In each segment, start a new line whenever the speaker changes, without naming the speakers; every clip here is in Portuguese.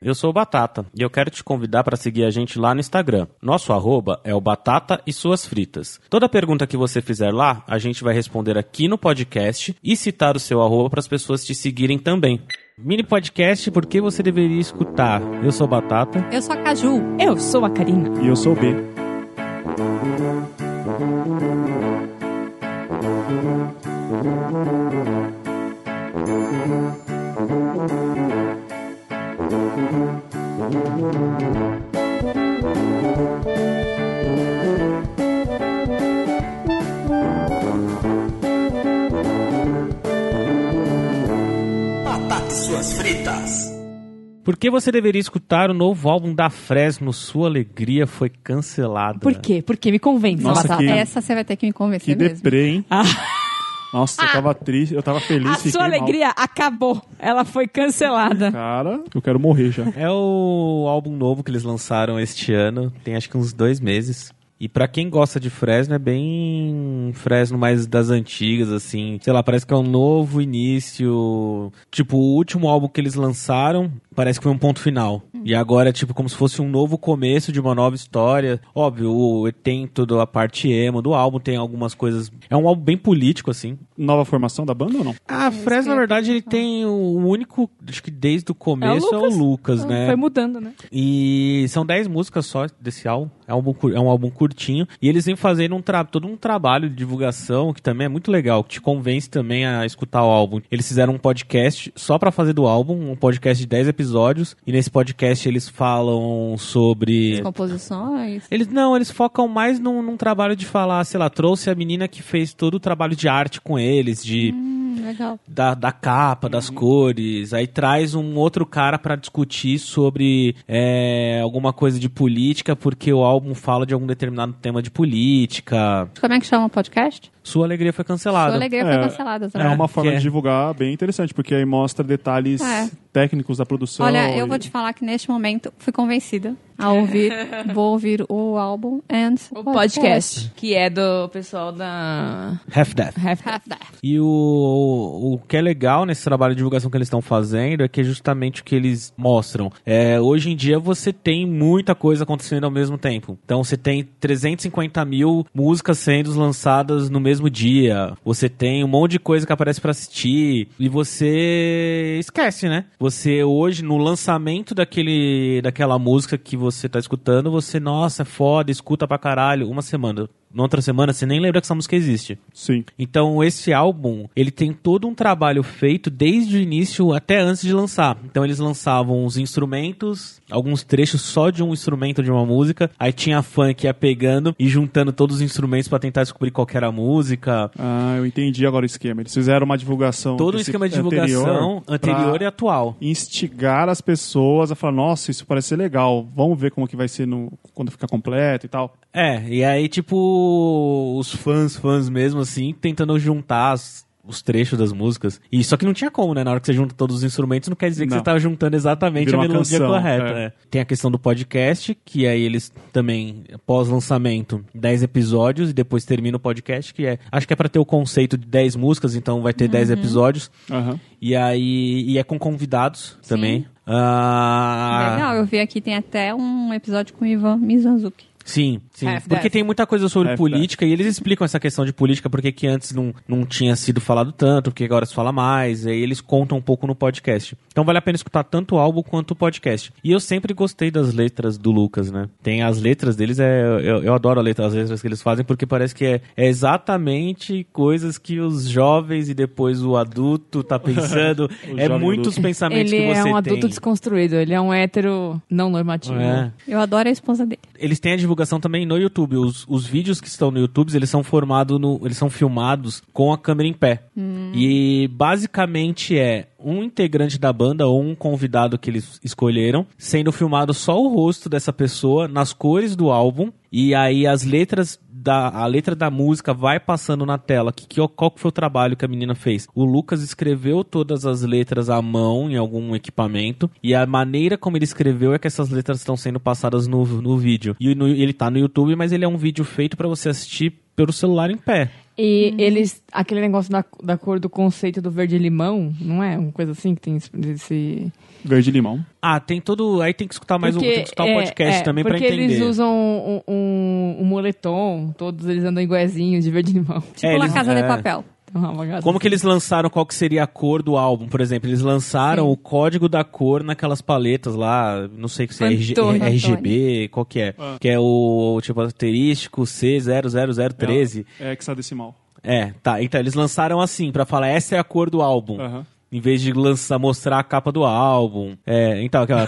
Eu sou o Batata e eu quero te convidar para seguir a gente lá no Instagram. Nosso arroba é o Batata e Suas Fritas. Toda pergunta que você fizer lá, a gente vai responder aqui no podcast e citar o seu arroba para as pessoas te seguirem também. Mini podcast, por que você deveria escutar? Eu sou o Batata.
Eu sou a Caju.
Eu sou a Karina.
E eu sou o B.
Batata e suas fritas.
Por que você deveria escutar o novo álbum da Fresno? Sua alegria foi cancelada.
Por quê? Por quê? Me convence, É,
Nossa,
Batata.
que-
tá- Essa você vai ter que me
Que
convencer É mesmo. Ah!
deprê, hein?
Ah.
Nossa, eu tava triste, eu tava feliz.
A
fiquei
sua
mal.
alegria acabou. Ela foi cancelada.
Cara, eu quero morrer já.
É o álbum novo que eles lançaram este ano, tem acho que uns dois meses. E pra quem gosta de Fresno, é bem Fresno mais das antigas, assim. Sei lá, parece que é um novo início. Tipo, o último álbum que eles lançaram parece que foi um ponto final. E agora é tipo como se fosse um novo começo de uma nova história. Óbvio, o- tem toda a parte emo do álbum, tem algumas coisas. É um álbum bem político, assim.
Nova formação da banda ou não?
Ah, Fresno, na
eu ia
verdade, ele tem o único, acho que desde o começo é o Lucas,
Lucas.
né?
Foi mudando, né?
E são 10 músicas só desse álbum. É um álbum, cur- é um álbum curtinho. E eles vêm fazendo um tra- todo um trabalho de divulgação que também é muito legal, que te convence também a escutar o álbum. Eles fizeram um podcast só pra fazer do álbum, um podcast de 10 episódios. E nesse podcast eles falam sobre.
Composições.
Eles não, eles focam mais num, num trabalho de falar, sei lá, trouxe a menina que fez todo o trabalho de arte com eles, de
Hum, legal.
da, da capa, das cores, aí traz um outro cara pra discutir sobre é, alguma coisa de política, porque o álbum fala de algum determinado tema de política.
Como é que chama o podcast?
Sua alegria foi cancelada.
Sua alegria foi
É,
cancelada
É
também.
uma forma
que é.
de divulgar bem interessante, porque aí mostra detalhes
É.
técnicos da produção.
Olha, eu
e-
vou te falar que neste momento fui convencida a ouvir, vou ouvir o álbum and
O podcast, que é do pessoal da
Half Death.
Half
Half that.
E o, o, o que é legal nesse trabalho de divulgação que eles estão fazendo é que é justamente o que eles mostram. É, hoje em dia você tem muita coisa acontecendo ao mesmo tempo. Então você tem 350 mil músicas sendo lançadas no mesmo dia. Você tem um monte de coisa que aparece pra assistir. E você esquece, né? Você hoje, no lançamento daquele, daquela música que você tá escutando, você, nossa, é foda, escuta pra caralho. Uma semana. Na outra semana você nem lembra que essa música existe.
Sim.
Então esse álbum, ele tem todo um trabalho feito desde o início até antes de lançar. Então eles lançavam os instrumentos, alguns trechos só de um instrumento de uma música, aí tinha a fã que ia pegando e juntando todos os instrumentos pra tentar descobrir qual que era a música.
Ah, eu entendi agora o esquema. Eles fizeram uma divulgação.
Todo o
desse-
esquema de divulgação
Então, pra
anterior e atual.
Instigar as pessoas a falar, nossa, isso parece ser legal, vamos ver como que vai ser no... quando ficar completo e tal.
É, e aí, tipo, os fãs, fãs mesmo, assim, tentando juntar as- os trechos das músicas. E só que não tinha como, né? Na hora que você junta todos os instrumentos, não quer dizer que
Não.
você tá juntando exatamente
Vira
a
uma
melodia
canção,
correta.
é.
é. Tem a questão do podcast, que aí eles também, pós-lançamento, 10 episódios, e depois termina o podcast, que é. Acho que é pra ter o conceito de 10 músicas, então vai ter 10 episódios.
Aham.
E aí. E é com convidados também. Ah,
Legal, eu vi aqui, tem até um episódio com o Ivan Mizanzuki.
Sim, sim.
Half
porque
Death.
tem muita coisa sobre
Half
política e eles explicam essa questão de política porque que antes não, não tinha sido falado tanto, porque agora se fala mais, aí eles contam um pouco no podcast. Então vale a pena escutar tanto o álbum quanto o podcast. E eu sempre gostei das letras do Lucas, né? Tem as letras deles, é, eu, eu adoro a letra- as letras que eles fazem porque parece que é, é exatamente coisas que os jovens e depois o adulto tá pensando. é
jovem
muitos
adulto.
pensamentos
Ele
que você
é um adulto
tem.
desconstruído, ele é um hétero não normativo.
É.
Eu adoro a esposa dele.
É,
eles têm a divulgação também no YouTube. Os, os vídeos que estão no YouTube, eles são formados no. Eles são filmados com a câmera em pé. E basicamente é um integrante da banda ou um convidado que eles escolheram, sendo filmado só o rosto dessa pessoa nas cores do álbum. E aí as letras da, a letra da música vai passando na tela. Que, que, qual que foi o trabalho que a menina fez? O Lucas escreveu todas as letras à mão em algum equipamento. E a maneira como ele escreveu é que essas letras estão sendo passadas no, no vídeo. E no- ele tá no YouTube, mas ele é um vídeo feito pra você assistir pelo celular em pé.
E eles. Aquele negócio da, da cor do conceito do verde-limão, não é? Uma coisa assim que tem esse. esse-
Verde limão.
Ah, tem todo. Aí tem que escutar mais um, tem que escutar o
é,
podcast
é,
também pra
porque
entender.
eles usam um, um- um moletom, todos eles andam iguaizinhos de verde-limão.
Tipo
É,
La
eles-
Casa
é.
de Papel.
Então, é uma graça.
Como que eles lançaram qual que seria a cor do álbum, por exemplo? Eles lançaram o código da cor naquelas paletas lá, não sei o que se é RG,
Pantone.
RGB, qual que é? Que é o, tipo asterístico C00013.
É hexadecimal.
É, tá. Então eles lançaram assim pra falar essa é a cor do álbum.
Aham.
Em vez de lançar, mostrar a capa do álbum. É, então, aquela,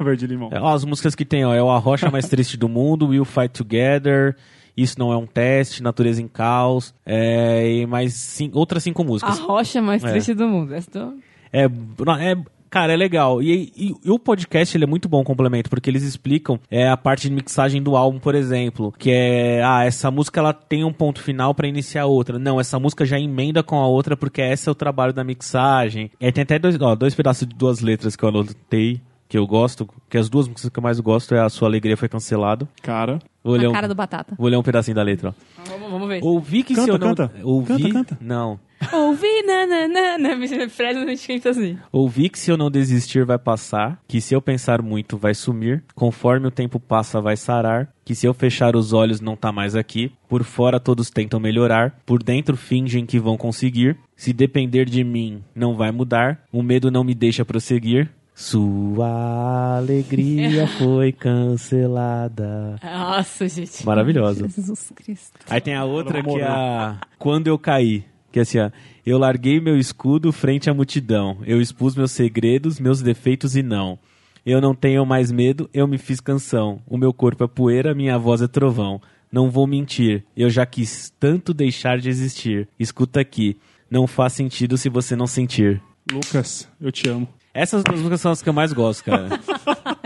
Verde limão.
é, ó, as músicas que tem, ó, é o A Rocha Mais Triste do Mundo, We'll Fight Together, Isso Não É Um Teste, Natureza em Caos, é, e mais cin- outras cinco
A
músicas.
rocha mais
É.
triste do mundo. Essa do-
É, não, é, cara, é legal. E, e- e o podcast ele é muito bom complemento, porque eles explicam é, a parte de mixagem do álbum, por exemplo, que é, ah, essa música ela tem um ponto final pra iniciar outra. Não, essa música já emenda com a outra porque esse é o trabalho da mixagem. É, tem até dois, ó, dois pedaços de duas letras que eu anotei. Que eu gosto, que as duas músicas que eu mais gosto é A Sua Alegria Foi Cancelado.
Cara.
Vou
Na
olhar, um,
cara do Batata.
vou olhar um pedacinho da letra, ó.
Vamos, vamos ver.
Ouvi que se
Canta,
eu não.
canta.
Ouvi.
Canta, canta.
Não.
Ouvi, na, na, na, na, me- Fred não esquenta assim.
Ouvi que se eu não desistir vai passar, que se eu pensar muito vai sumir, conforme o tempo passa vai sarar, que se eu fechar os olhos não tá mais aqui, por fora todos tentam melhorar, por dentro fingem que vão conseguir, se depender de mim não vai mudar, o medo não me deixa prosseguir. Sua alegria foi cancelada.
Nossa, gente.
Maravilhosa.
Jesus Cristo.
Aí tem a outra
Ela
que é
morreu.
a Quando Eu Caí. Que é assim, ó. Eu larguei meu escudo frente à multidão. Eu expus meus segredos, meus defeitos e não. Eu não tenho mais medo, eu me fiz canção. O meu corpo é poeira, minha voz é trovão. Não vou mentir, eu já quis tanto deixar de existir. Escuta aqui, não faz sentido se você não sentir.
Lucas, eu te amo.
Essas duas músicas são as que eu mais gosto, cara.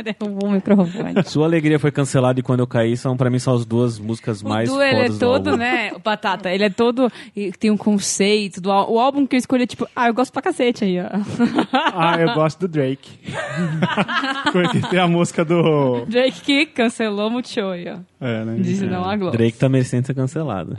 Derrubou o microfone.
Sua Alegria Foi Cancelada e Quando Eu Caí são, pra mim, são as duas músicas mais
o Du, ele é
fodas do
todo,
álbum.
né? O Batata, ele é todo. e Tem um conceito. Do, ál- o álbum que eu escolhi é tipo. Ah, eu gosto pra cacete aí, ó.
Ah, eu gosto do Drake. Porque tem a música do.
Drake que cancelou o Multishow aí, ó.
É, né?
Diz não a Globo.
Drake tá merecendo ser cancelado.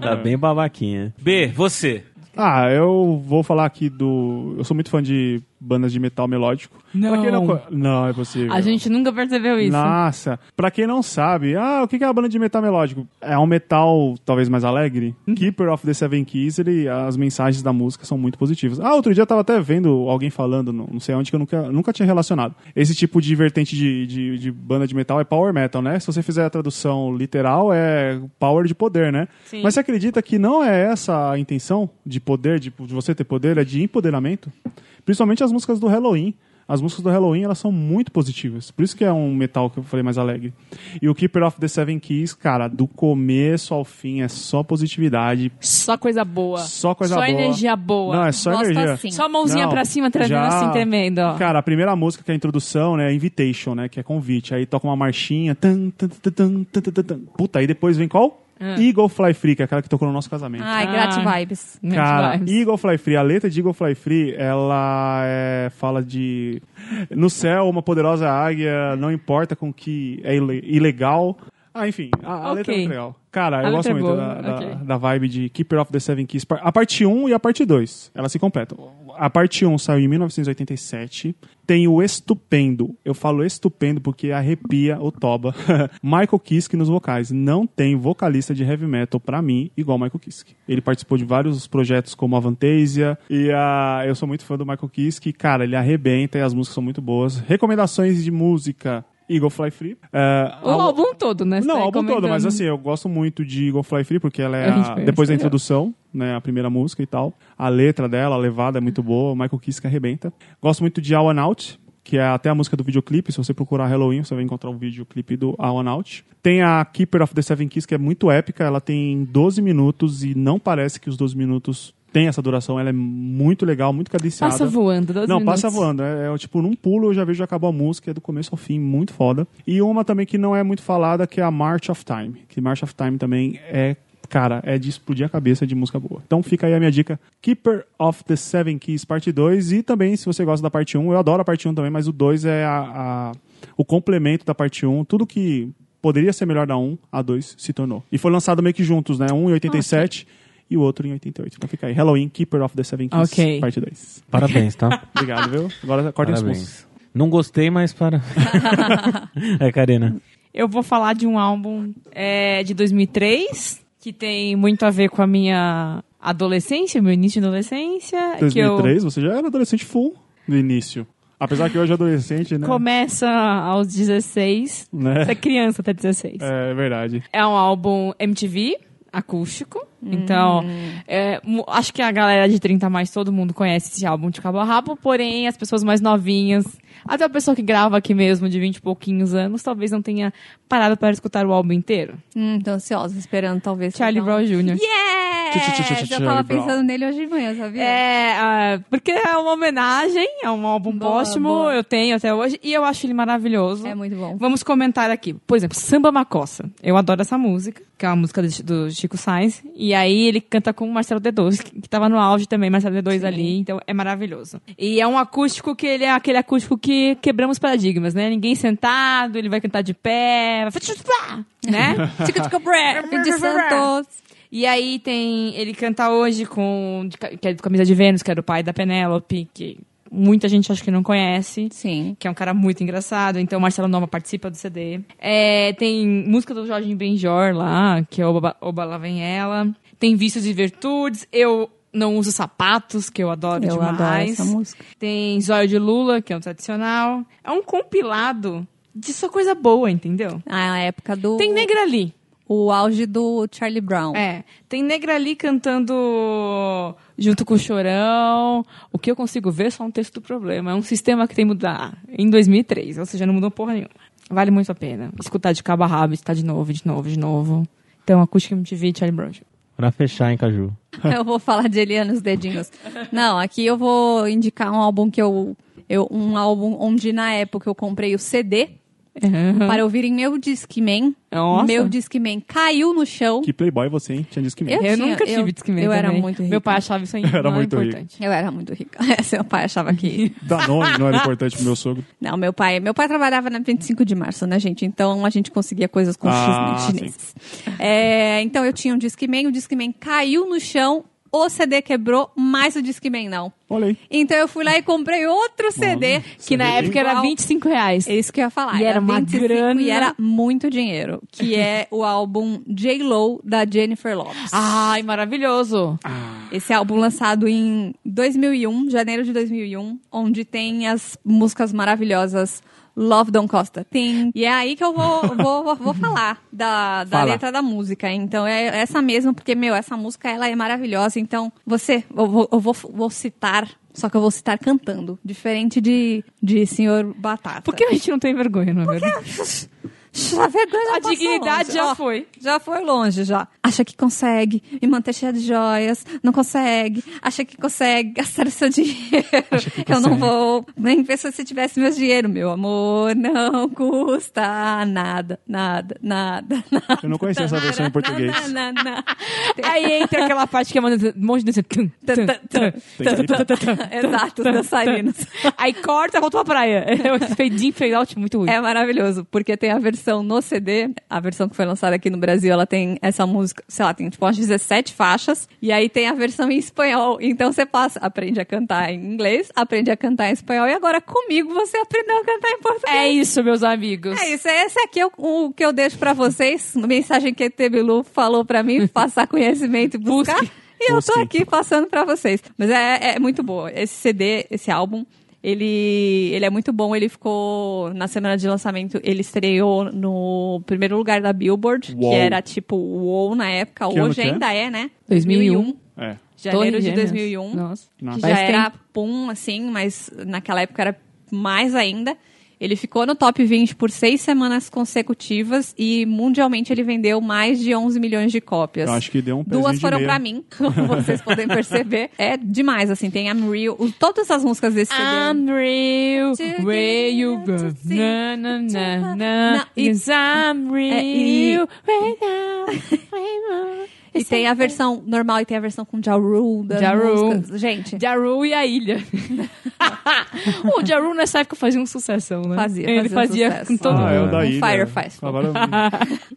tá bem babaquinha. B, você.
Ah, eu vou falar aqui do. Eu sou muito fã de bandas de metal melódico.
Não.
Pra quem não, co- não é possível.
A gente nunca percebeu isso.
Nossa, pra quem não sabe, ah, o que que é a banda de metal melódico? É um metal talvez mais alegre. Keeper of the Seven Keys, ele, as mensagens da música são muito positivas. Ah, outro dia eu tava até vendo alguém falando, não não sei onde, que eu nunca, nunca tinha relacionado. Esse tipo de vertente de, de, de banda de metal é power metal, né? Se você fizer a tradução literal, é power de poder, né?
Sim.
Mas você acredita que não é essa a intenção de poder, de, de você ter poder, é de empoderamento? Principalmente as músicas do Halloween. As músicas do Halloween, elas são muito positivas. Por isso que é um metal que eu falei mais alegre. E o Keeper of the Seven Keys, cara, do começo ao fim é só positividade.
Só coisa boa.
Só coisa
Só
boa.
energia boa.
Não, é só
Gosto
energia.
assim.
Só a mãozinha
Não,
pra cima, tremendo
já-
assim, tremendo, ó.
Cara, a primeira música que é a introdução, né, é Invitation, né, que é convite. Aí toca uma marchinha. Tan, tan, tan, tan, tan, tan, tan. Puta, aí depois vem qual? Eagle Fly Free, que é aquela que tocou no nosso casamento.
Ai,
Ah.
grat vibes.
Muito
Cara,
vibes.
Eagle Fly Free, a letra de Eagle Fly Free, ela é, fala de no céu uma poderosa águia, não importa com que é ile- ilegal. Ah, enfim, a, a
Ok.
letra é muito legal. Cara,
A
eu gosto
letra é
muito
boa,
da, da-
ok.
da vibe de Keeper of the Seven Keys. Par- A parte 1 e a parte 2, elas se completam. A parte 1 saiu em 1987. Tem o estupendo. Eu falo estupendo porque arrepia o toba. Michael Kiske nos vocais. Não tem vocalista de heavy metal pra mim igual Michael Kiske. Ele participou de vários projetos como Avantasia e a eu sou muito fã do Michael Kiske. Cara, ele arrebenta e as músicas são muito boas. Recomendações de música. Eagle Fly Free. Eh,
O álbum todo, né? Você
não,
tá
o
aí
álbum todo,
comentando.
mas assim, eu gosto muito de Eagle Fly Free, porque ela é
A gente
a-
conhece,
depois da
legal.
introdução, né? A primeira música e tal. A letra dela, a levada é muito boa, o Michael Kiske arrebenta. Gosto muito de Alan Out, que é até a música do videoclipe. Se você procurar Halloween, você vai encontrar o videoclipe do Alan Out. Tem a Keeper of the Seven Keys, que é muito épica, ela tem 12 minutos e não parece que os 12 minutos têm essa duração, ela é muito legal, muito cadenciada.
Passa voando, 12
Não,
minutos.
passa voando. É, é, tipo, num pulo eu já vejo acabou a música, é do começo ao fim, muito foda. E uma também que não é muito falada, que é a March of Time. Que March of Time também é, cara, é de explodir a cabeça de música boa. Então fica aí a minha dica: Keeper of the Seven Keys, parte 2. E também, se você gosta da parte 1, eu adoro a parte 1 também, mas o 2 é a- a- o complemento da parte 1. Tudo um, que poderia ser melhor da 1, a 2 se tornou. E foi lançado meio que juntos, né? 1 e 87. e o outro em 88. Então fica aí. Halloween, Keeper of the Seven Keys,
Ok.
parte 2.
Parabéns, tá?
Obrigado, viu? Agora cortem os pulsos.
Parabéns. Não gostei, mas para. é, Karina.
Eu vou falar de um álbum é, de 2003, que tem muito a ver com a minha adolescência, meu início de adolescência. É Que
2003, você já era adolescente full no início. Apesar que hoje é adolescente,
eu
né?
começa aos 16.
Né?
Você é criança até 16.
É verdade.
É um álbum MTV, acústico. Então, é, mu- acho que a galera de 30 a mais, todo mundo conhece esse álbum de cabo a rabo. Porém, as pessoas mais novinhas, até a pessoa que grava aqui mesmo, de 20 e pouquinhos anos, talvez não tenha parado para escutar o álbum inteiro.
Hum, tô ansiosa, esperando talvez.
Charlie
então.
Brown Jr.
Yes! Eu tava
Charlie Brown.
pensando nele hoje de manhã, sabia?
É, ah, porque é uma homenagem, é um álbum
Boa,
póstumo,
boa.
eu tenho até hoje, e eu acho ele maravilhoso.
É muito bom.
Vamos comentar aqui. Por exemplo, Samba Macossa. Eu adoro essa música, que é uma música do Chi- do Chico Sainz. E aí ele canta com o Marcelo D2, que que tava no auge também, Marcelo D2 ali, então é maravilhoso. E é um acústico que ele é aquele acústico que quebramos paradigmas, né? Ninguém sentado, ele vai cantar de pé, vai- né?
Tica tica bré, de Santos.
E aí tem. Ele canta hoje com. de ca- Que é do Camisa de Vênus, que era o pai da Penélope, que muita gente acho que não conhece.
Sim.
Que é um cara muito engraçado, então o Marcelo Nova participa do CD. É, tem música do Jorge Benjor lá, que é Oba, Oba Lá Vem Ela. Tem Vícios e Virtudes, Eu Não Uso Sapatos, que eu adoro
Eu
demais.
adoro essa música.
Tem Zóio de Lula, que é um tradicional. É um compilado de só coisa boa, entendeu?
A época do.
Tem Negra Lee.
O auge do Charlie Brown.
É, tem Negra ali cantando junto com o Chorão. O que eu consigo ver é só um texto do problema. É um sistema que tem que mudar em 2003, ou seja, não mudou porra nenhuma. Vale muito a pena. Escutar de cabo a rabo, escutar de novo, de novo, de novo. Então, acústica MTV, Charlie Brown. Jr.
Pra fechar, hein, Caju?
Eu vou falar de Eliana os dedinhos. Não, aqui eu vou indicar um álbum que eu, eu um álbum onde na época eu comprei o CD para ouvir em meu Discman.
Nossa.
Meu Discman caiu no chão.
Que playboy você, hein? Tinha disque
Eu
Eu,
tinha-
nunca
eu-
tive Discman
eu era
também.
muito rica.
Meu pai achava isso aí
Eu era
não
muito rica.
importante.
Eu era muito rica. Seu pai achava que
Danone não era importante pro meu sogro.
Não, meu pai, meu pai trabalhava na 25 de março, né, gente? Então a gente conseguia coisas com
Ah,
chismes chineses. É, então eu tinha um Discman, o Discman caiu no chão, o CD quebrou, mas o Discman não.
Olha aí.
Então eu fui lá e comprei outro CD, que na
CD
época era 20
25 reais.
é isso que eu ia falar.
E era uma
25
grana.
E era muito dinheiro. Que é o álbum J-Lo, da Jennifer Lopez.
Ai, maravilhoso.
Esse álbum lançado em 2001, janeiro de 2001, onde tem as músicas maravilhosas Love Don Costa. Tem. E é aí que eu vou, vou, vou- vou falar da, da
Fala.
letra da música. Então é essa mesmo, porque, meu, essa música ela é maravilhosa. Então, você, eu vou, eu vou, vou citar, só que eu vou citar cantando. Diferente de, de Senhor Batata.
Por que a gente não tem vergonha, não é verdade?
tá. A vergonha já
A
passou
dignidade é
longe.
já
Ó,
foi.
Já foi longe, já. Acha que consegue me manter cheia de joias. Não consegue. Acha que consegue gastar o seu dinheiro. Eu não vou. Nem pensa se tivesse meu dinheiro, meu amor. Não custa nada, nada, nada, nada.
Eu não conhecia essa versão em português.
Na, na, na.
Aí entra aquela parte que é uma um monte de dança. Tum,
Tan,
tum,
tan, tan.
Tem que-
Exato, os dançarinos.
Aí corta, voltou à praia. É um fade in, fade out muito ruim.
É maravilhoso, porque tem a versão no CD, a versão que foi lançada aqui no Brasil, ela tem essa música, sei lá, tem tipo umas 17 faixas, e aí tem a versão em espanhol. Então você passa, aprende a cantar em inglês, aprende a cantar em espanhol, e agora comigo você aprendeu a cantar em português.
É isso, meus amigos.
É isso, esse aqui é o, o que eu deixo pra vocês. Mensagem que a ET Bilu falou pra mim, passar conhecimento e buscar. E eu tô
Busquem.
aqui passando pra vocês. Mas é, é muito boa. Esse CD, esse álbum, ele, ele é muito bom. Ele ficou, na semana de lançamento, ele estreou no primeiro lugar da Billboard,
Uou.
que era tipo UOL na época.
Que ano
Hoje
que é?
ainda é, né?
2001.
É.
Janeiro
Torres
de
Gêmeas.
2001
Nossa.
Nossa.
que já
Faz tempo.
era pum, assim, mas naquela época era mais ainda. Ele ficou no top 20 por seis semanas consecutivas e mundialmente ele vendeu mais de 11 milhões de cópias.
Eu acho que deu um pezinho
Duas
de
foram
meia.
pra mim, como vocês podem perceber. É demais, assim, tem Unreal, o- todas as músicas desse CD.
Ah, Unreal, where you go. Na, na, na, na.
Não, e-
Yes, I'm
É, e-
real. Where now, where now.
E tem a versão normal e tem a versão com Ja Rule. das
é Ja Rule.
músicas. Gente,
Jaru e a ilha. o Jaru nessa época fazia um sucessão, né?
Fazia,
Ele
fazia
fazia,
um
com
sucesso.
todo
Ah, é o
mundo.
da
Um
ilha.
Fire Festival.
Agora,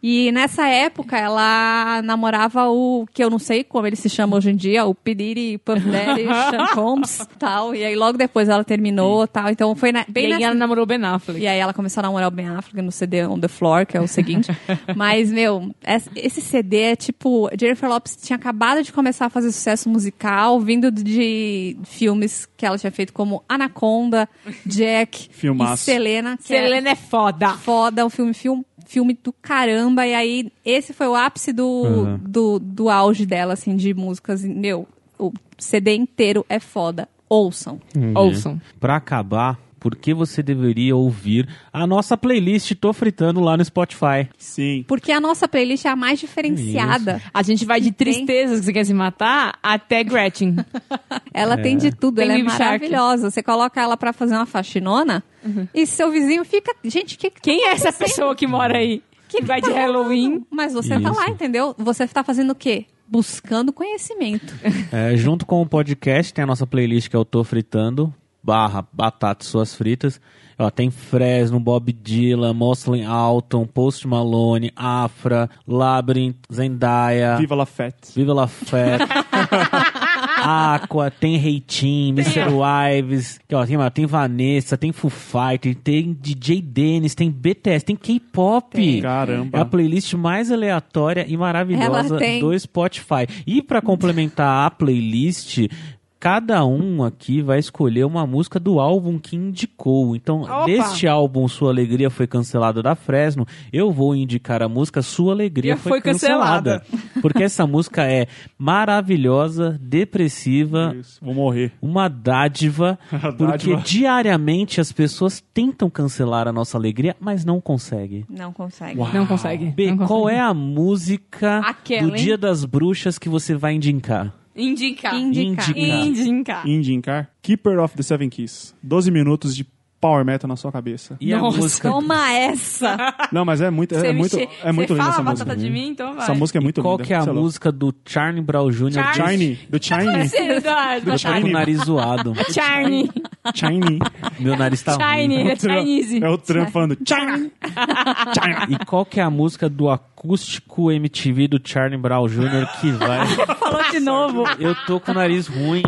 E nessa época ela namorava o que eu não sei como ele se chama hoje em dia, o P. Diddy, Puff Daddy, Sean Combs, tal. E aí logo depois ela terminou, tal. Então foi na- bem
e aí
nessa...
ela namorou o Ben Affleck.
E aí ela começou a namorar o Ben Affleck no CD On The Floor, que é o seguinte. Mas, meu, es- esse CD é tipo... Jennifer Lopez tinha acabado de começar a fazer sucesso musical, vindo de filmes que ela tinha feito como Anaconda, Jack e
Filmaço.
Selena. que é-
Selena é foda.
foda, um filme, filme, filme do caramba. E aí, esse foi o ápice do,
Uhum.
do, do auge dela, assim, de músicas. E, Meu, o CD inteiro é foda. Ouçam.
Uhum. Ouçam.
Pra acabar, por que você deveria ouvir a nossa playlist Tô Fritando lá no Spotify?
sim.
Porque a nossa playlist é a mais diferenciada.
A gente vai de
Tem.
tristezas que você quer se matar até Gretchen.
Ela tem de tudo,
Tem
ela é
Baby Shark.
maravilhosa. Você coloca ela pra fazer uma faxinona e seu vizinho fica. Gente, que, que
Uhum. Quem é essa pessoa que mora aí? Que vai de Halloween?
Mas você tá
Isso.
lá, entendeu? Você tá fazendo o quê? Buscando conhecimento.
É, junto com o podcast, tem a nossa playlist que é o Tô Fritando, barra Batatas Suas Fritas. Ó, tem Fresno, Bob Dylan, Mosley Alton, Post Malone, Afra, Labyrinth, Zendaya, Viva,
Viva
La
La Fête.
Fé, Aqua, tem Reitim, Mr. Wives, que, ó, tem, ó, tem Vanessa, tem Foo Fighter, tem DJ Dennis, tem BTS, tem K-pop. É a
Caramba.
playlist mais aleatória e maravilhosa
Ela tem.
do Spotify. E pra complementar a playlist, cada um aqui vai escolher uma música do álbum que indicou. Então,
Opa!
deste álbum Sua Alegria foi cancelada da Fresno, eu vou indicar a música Sua Alegria
Já
foi,
foi cancelada.
cancelada. Porque essa música é maravilhosa, depressiva,
Isso, Vou morrer.
uma dádiva,
Uma
porque
dádiva.
diariamente as pessoas tentam cancelar a nossa alegria, mas não conseguem.
Não consegue.
Uau.
Não consegue.
B,
não
qual
consegue.
é a música
Aquela,
do
hein?
Dia das Bruxas que você vai indicar?
Indicar.
Indicar.
Indica.
Indicar.
Indicar. Keeper of the Seven Keys. 12 minutos de power metal na sua cabeça.
E
Nossa.
a música?
Toma essa!
Não, mas é muito, é
Você me
muito,
che-
é muito
você
linda
fala
essa
batata
música.
de mim, então vai.
Essa música é muito
Qual
linda.
que é a
sei lá.
música do Charlie Brown Jr.?
Charlie?
Shiny. Do Shiny.
Sinceridade.
Do
Tá com o
Shiny.
nariz zoado.
Shiny.
Shiny.
Meu nariz tá
Shiny.
ruim.
Ele é Chinese.
É o Trump falando China. China.
E qual que é a música do acústico MTV do Charlie Brown Jr. que vai...
Falou de novo.
Eu tô com o nariz ruim.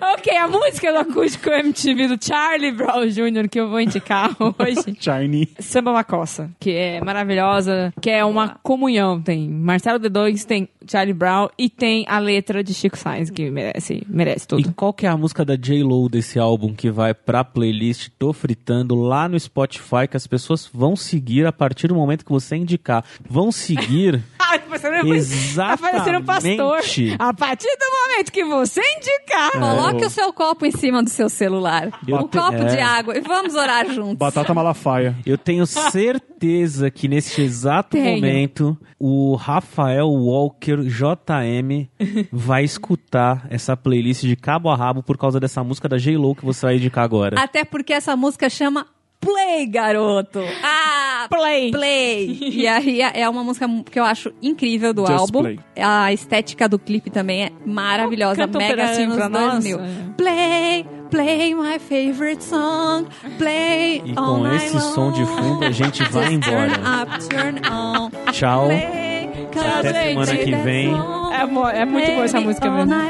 Ok, a música do acústico MTV do Charlie Brown Jr. que eu vou indicar hoje.
Shiny.
Samba Macossa, que é maravilhosa, que é uma comunhão. Tem Marcelo D2, tem Charlie Brown e tem a letra de Chico Sainz, que merece, merece
E
tudo.
qual que é a música da J-Lo desse álbum que vai pra playlist Tô Fritando lá no Spotify que as pessoas vão seguir a partir do momento que você indicar. Vão seguir...
Ah, você não é muito- Tá parecendo um pastor.
Exatamente.
A partir do momento que você indicar.
Coloque o seu copo em cima do seu celular.
É, Eu
um
te-
copo
é.
de água e vamos orar juntos.
Batata Malafaia.
Eu tenho certeza que neste exato
Tenho.
momento o Rafael Walker JM vai escutar essa playlist de cabo a rabo por causa dessa música da J-Lo que você vai indicar agora.
Até porque essa música chama Play, garoto. Ah,
Play.
Play. E aí é é uma música que eu acho incrível do
Just
álbum.
Play.
A estética do clipe também é maravilhosa.
Canta um
Mega
pedacinho
anos
pra nós. É.
2000. Play, play my favorite song. Play
E
all
com
night
esse som de
long.
fundo, a gente vai
Just
embora.
Turn up, turn on.
Tchau.
Play, cause
Até
I
semana
play
que
that
vem.
song.
É, mo- é muito boa essa música mesmo. É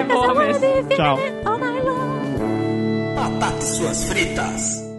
É
boa mesmo.
Tchau.
Batatas Suas Fritas.